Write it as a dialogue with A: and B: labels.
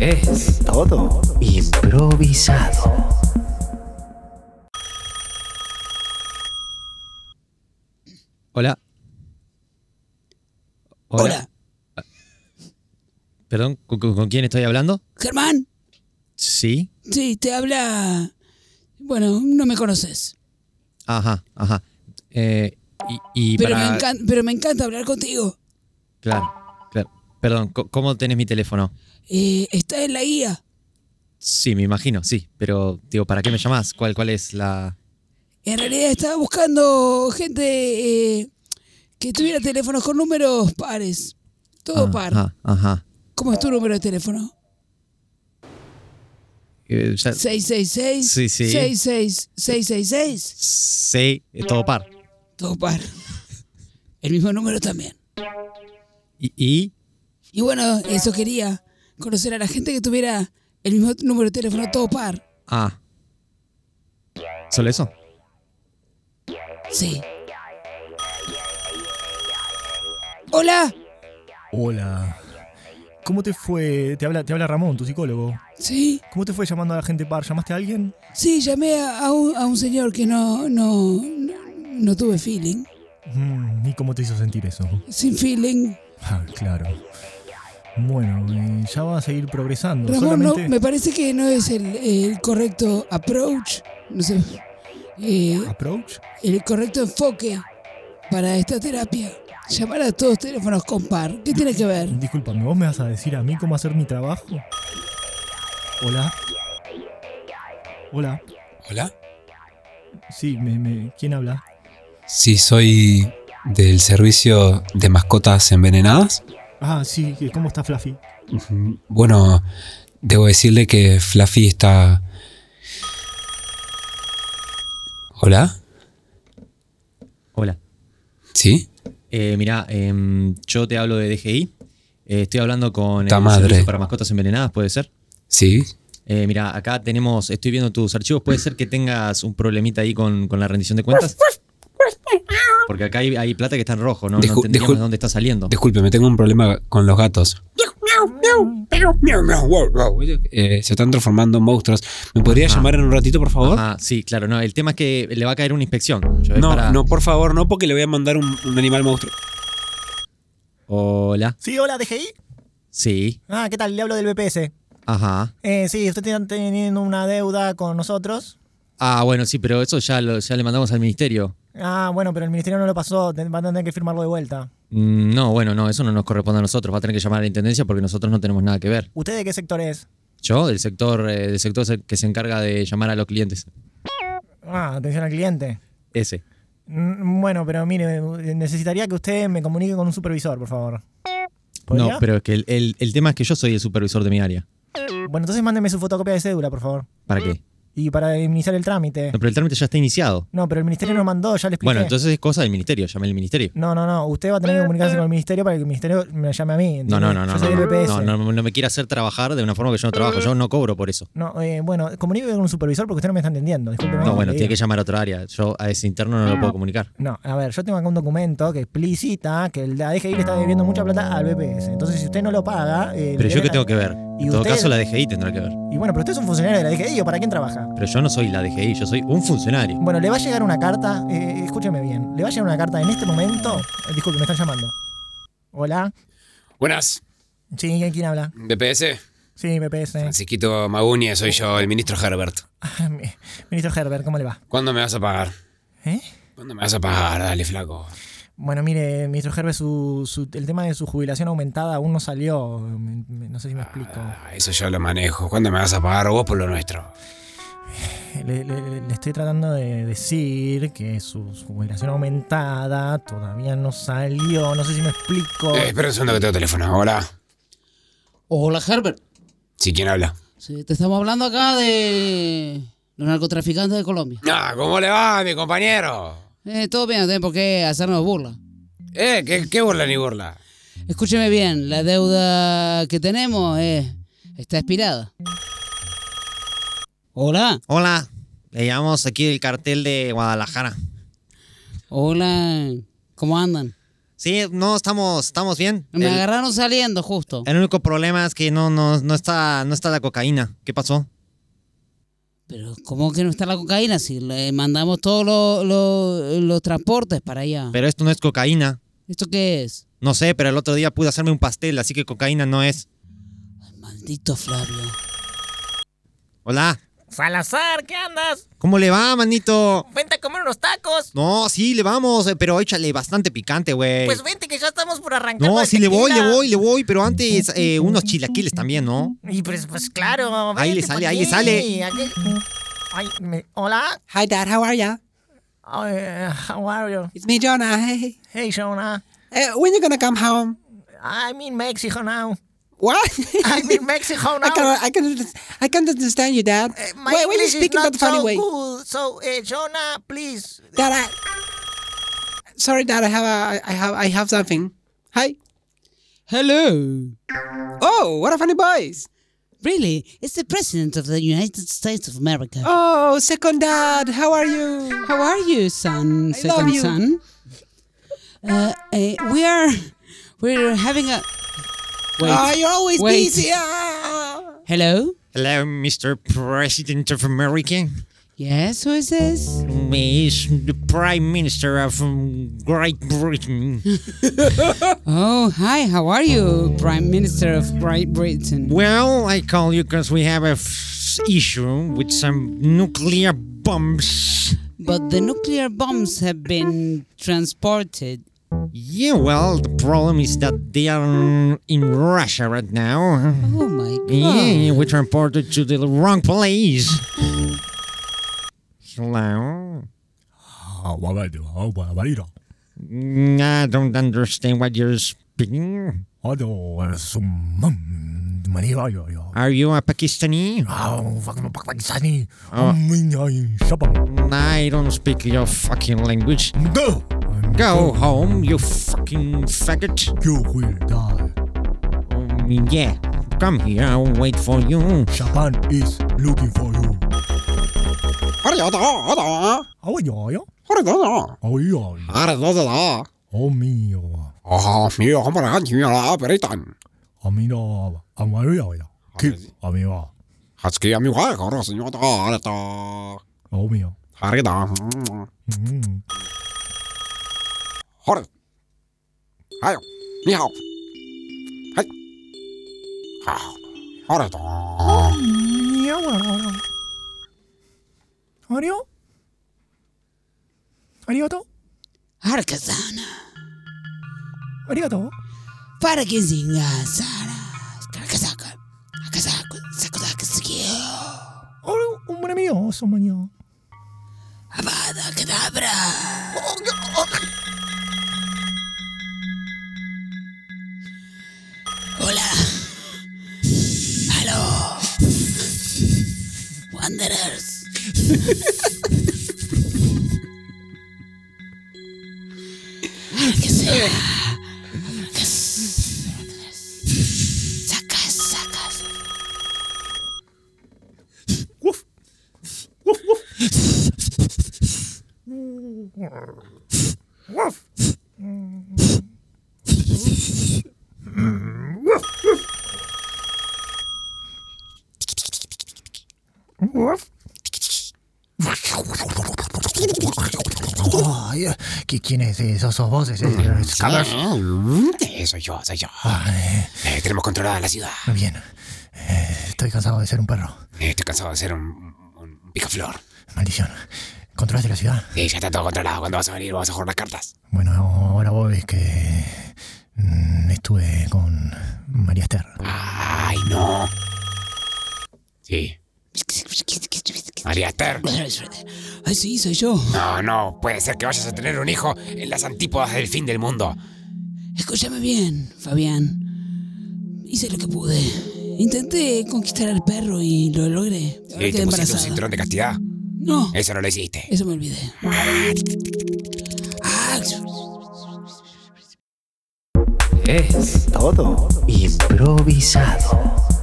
A: es
B: Todo
A: improvisado. Hola.
C: Hola.
A: Perdón, ¿con, con- con quién estoy hablando?
C: Germán.
A: Sí.
C: Sí, te habla. Bueno, no me conoces.
A: Ajá, ajá. Eh, y, y
C: Pero,
A: para-
C: me encan- pero me encanta hablar contigo.
A: Claro, claro. Perdón, co- ¿cómo tenés mi teléfono?
C: Eh, está en la guía.
A: Sí, me imagino, sí. Pero, digo, ¿para qué me llamás? ¿Cuál, cuál es la...?
C: En realidad estaba buscando gente eh, que tuviera teléfonos con números pares. Todo
A: Ah,
C: par.
A: Ajá, ajá.
C: ¿Cómo es tu número de teléfono?
A: Eh, ya-
C: 666.
A: Sí, sí.
C: 66 666.
A: sí, es todo par.
C: Todo par. El mismo número también.
A: Y, y-
C: Y bueno, eso quería. Conocer a la gente que tuviera el mismo número de teléfono todo par.
A: Ah. ¿Solo eso?
C: Sí. Hola.
B: Hola. ¿Cómo te fue? Te habla, te habla Ramón, tu psicólogo.
C: Sí,
B: ¿Cómo te fue llamando a la gente par? ¿Llamaste a alguien?
C: sí, llamé a, a un, a un señor que no, no, no, no tuve feeling.
B: Mm, ¿Y cómo te hizo sentir eso?
C: Sin feeling.
B: Ah, claro. Bueno, eh, ya vas a ir progresando.
C: Ramón, no,
B: Solamente
C: me parece que no es el, el correcto approach. No sé. eh,
B: approach.
C: el correcto enfoque para esta terapia. Llamar a todos teléfonos con par. ¿Qué tiene que ver?
B: Disculpame, ¿vos me vas a decir a mí cómo hacer mi trabajo? Hola. Hola.
D: Hola.
B: Sí, me, me- ¿quién habla?
D: Sí, soy del servicio de mascotas envenenadas.
B: Ah, sí, que- ¿cómo está Fluffy?
D: Ujú. Bueno, debo decirle que Fluffy está... Hola.
A: Hola.
D: ¿Sí?
A: Eh, mirá, em, yo te hablo de DGI. Eh, estoy hablando con
D: Ta madre.
A: servicio para mascotas envenenadas, ¿puede ser?
D: Sí.
A: Eh, mirá, acá tenemos, estoy viendo tus archivos. ¿Puede ser que tengas un problemita ahí con, con la rendición de cuentas? Porque acá hay, hay plata que está en rojo, ¿no?
D: Discul-
A: no entendíamos
D: discul-
A: de dónde está saliendo.
D: Disculpe, tengo un problema con los gatos. Eh, se están transformando en monstruos. ¿Me podría
A: Ajá.
D: llamar en un ratito, por favor?
A: Ajá, Ah, sí, claro, no. El tema es que le va a caer una inspección. Yo es
D: No,
A: para-
D: no, por favor, no, porque le voy a mandar un, un animal monstruo.
A: Hola.
B: Sí, hola, DGI.
A: Sí.
B: Ah, ¿qué tal? Le hablo del BPS.
A: Ajá.
B: Eh, sí, usted está teniendo una deuda con nosotros.
A: Ah, bueno, sí, pero eso ya, lo, ya le mandamos al ministerio.
B: Ah, bueno, pero el ministerio no lo pasó, te- van a tener que firmarlo de vuelta.
A: Mm, No, bueno, no, eso no nos corresponde a nosotros. Va a tener que llamar a la intendencia porque nosotros no tenemos nada que ver.
B: ¿Usted de qué sector es?
A: Yo, del sector, eh, del sector se- que se encarga de llamar a los clientes.
B: Ah, atención al cliente.
A: Ese.
B: Mm, Bueno, pero mire, eh, necesitaría que usted me comunique con un supervisor, por favor. ¿Podría?
A: No, pero es que el, el- el tema es que yo soy el supervisor de mi área.
B: Bueno, entonces mándeme su fotocopia de cédula, por favor.
A: ¿Para qué?
B: Y para iniciar el trámite.
A: No, pero el trámite ya está iniciado.
B: No, pero el ministerio nos mandó, ya le expliqué.
A: Bueno, entonces es cosa del ministerio. Llamé al ministerio.
B: No, no, no. Usted va a tener que comunicarse con el ministerio para que el ministerio me llame a mí.
A: No,
B: ¿entiende?
A: no, no, no.
B: Yo soy
A: No,
B: el BPS.
A: no, no, no, no me quiere hacer trabajar de una forma que yo no trabajo. Yo no cobro por eso.
B: No, eh, bueno, comuníqueme con un supervisor porque usted no me está entendiendo. Discúlpeme. Eh,
A: No, bueno,
B: le
A: tiene que
B: digo.
A: llamar a otra área. Yo a ese interno no lo puedo comunicar.
B: No, a ver, yo tengo acá un documento que explicita que el- la DGI le está debiendo mucha plata al BPS. Entonces, si usted no lo paga. eh,
A: Pero
B: le
A: yo qué
B: deben a-
A: tengo que ver.
B: ¿Y
A: En todo
B: usted?
A: caso, la DGI tendrá que ver.
B: Y bueno, pero usted es un funcionario de la DGI o para quién trabaja.
A: Pero yo no soy la DGI, yo soy un funcionario.
B: Bueno, le va a llegar una carta. eh, escúcheme bien. Le va a llegar una carta en este momento. Eh, disculpe, me están llamando. Hola.
D: Buenas,
B: Sí, ¿quién habla?
D: BPS.
B: Sí, BPS.
D: Francisquito Maguña, soy yo, el ministro Herbert.
B: Ah, mi- Ministro Herbert, ¿cómo le va?
D: ¿Cuándo me vas a pagar?
B: ¿Eh?
D: ¿Cuándo me vas a pagar? Dale, flaco.
B: Bueno, mire, ministro Herbert, su, su- el tema de su jubilación aumentada aún no salió. Me- me- no sé si me explico.
D: Ah, eso yo lo manejo. ¿Cuándo me vas a pagar vos por lo nuestro?
B: Eh, Le, le- le estoy tratando de decir que su, su jubilación aumentada todavía no salió. No sé si me explico.
D: Eh, espera un segundo que tengo teléfono. Hola.
E: Hola Herbert,
D: Sí, ¿quién habla?
E: Sí, te estamos hablando acá de los narcotraficantes de Colombia.
D: Ah, ¿cómo le va, mi compañero?
E: Eh, todo bien, no tienen por qué hacernos burla.
D: Eh, ¿qué, qué burla ni burla?
E: Escúcheme bien, la deuda que tenemos eh, está expirada. Hola,
A: Hola, le llamamos aquí del cartel de Guadalajara.
E: hola, ¿cómo andan?
A: Sí, no, estamos, estamos bien.
E: Me
A: El-
E: agarraron saliendo justo.
A: El único problema es que no, no, no está, no está la cocaína. ¿Qué pasó?
E: Pero ¿cómo que no está la cocaína si le mandamos todos los- los- los transportes para allá?
A: Pero esto no es cocaína.
E: ¿Esto qué es?
A: No sé, pero el otro día pude hacerme un pastel, así que cocaína no es.
E: Maldito Flavio.
A: Hola.
B: Salazar, ¿qué andas?
A: ¿Cómo le va, manito?
B: Vente a comer unos tacos.
A: No, sí, le vamos, eh, pero échale bastante picante, güey.
B: Pues vente que ya estamos por arrancar.
A: No,
B: la
A: sí, le voy, le
B: tequila.
A: voy, le voy, pero antes eh, unos chilaquiles también, ¿no?
B: Y pues, pues claro.
A: Ahí le
B: vente
A: sale,
B: pa'
A: ahí le
B: aquí.
A: sale.
B: Aquí- Ay, me- hola.
D: Hi, Dad. How are ya?
B: Ay, how are you?
D: It's me, Jonah. Hey.
B: Hey, Jonah.
D: Uh, when you gonna come home?
B: I'm in Mexico now.
D: What?
B: I'm in
A: Ah,
B: Mexico now.
D: I can I can I can't understand you, Dad.
B: Eh, my
D: why why you
B: English is
D: speaking
B: not
D: that funny
B: so
D: way?
B: good. So, eh, Jonah, please.
D: Dad, I. Sorry, Dad. I have a I have I have something. Hi.
E: Hello.
D: Oh, what a funny voice.
E: Really? It's the President of the United States of America.
D: Oh, second Dad. How are you?
E: How are you, son?
D: I
E: second
D: love you.
E: son. Uh, eh, we are we're having a wait.
D: Ah, you're always
E: Wait.
D: busy. Ah.
E: Hello.
A: Hello, Mr. President of America.
E: Yes, who is this?
A: Is the Prime Minister of um, Great Britain.
E: Oh, hi. How are you, Prime Minister of Great Britain?
A: Well, I call you because we have a f- issue with some nuclear bombs.
E: But the nuclear bombs have been transported.
A: Yeah, well, the problem is that they are in Russia right now.
E: Oh my god.
A: Yeah, we transported to the wrong place. Hello? Mm, I don't understand what you're speaking. Are you a Pakistani? I don't speak your fucking language.
F: 네!
A: Go home, you fucking faggot.
F: You will die.
A: Mm, Yeah, come here, I'll wait for you.
F: Japan is looking for you.
D: What are you doing?
F: Oh, yo, yo.
D: What are you doing?
F: Oh, yo, yo.
D: What are you doing?
F: Oh, me, yo.
D: Oh, mío, ¿cómo la han hecho la operita?
F: Oh, me, no. Oh, my, yo, yo. Keep. Oh, me, yo.
D: Has que a mi guay, ahora señor, ahora está.
F: Oh, me, yo.
D: Ahora está.
F: Mm.
D: Ahora. Ay, mi hao. Ay. Ah, Ahora está.
B: Yeah, well, Are you? Arigato.
E: Harkazana.
B: Arigato.
E: Parakizinga Sara. Karakasaka. Akasaku. Sakudakasaki.
B: Oh, hombre mío, somaño.
E: Avada Kedavra.
D: Oh,
E: Hola. Hello. Wanderers. Que sea. Sacas, sacas.
F: 아, 예.
B: Ay, ¿qui- ¿Quién es esos ¿Sos vos? ¿Es, es, es Carlos?
D: Eh, Soy yo, soy yo.
B: Ay,
D: Eh, tenemos controlada la ciudad.
B: muy bien. Eh, estoy cansado de ser un perro.
D: Eh, estoy cansado de ser un, un, un picaflor.
B: Maldición. ¿Controlaste la ciudad?
D: Sí, ya está todo controlado. Cuando vas a venir, vas a jugar las cartas.
B: Bueno, ahora vos ves que mm, estuve con María Esther.
D: Ay, no. Sí. María Esther.
E: Ay, sí, soy yo.
D: No, no, puede ser que vayas a tener un hijo en las antípodas del fin del mundo.
E: Escúchame bien, Fabián. Hice lo que pude. Intenté conquistar al perro y lo logré. Ahora
D: Sí, Eh, te
E: quedé
D: pusiste un
E: embarazada.
D: cinturón de castidad.
E: No,
D: Eso no lo hiciste.
E: eso me olvidé. Ah,
B: Improvisado.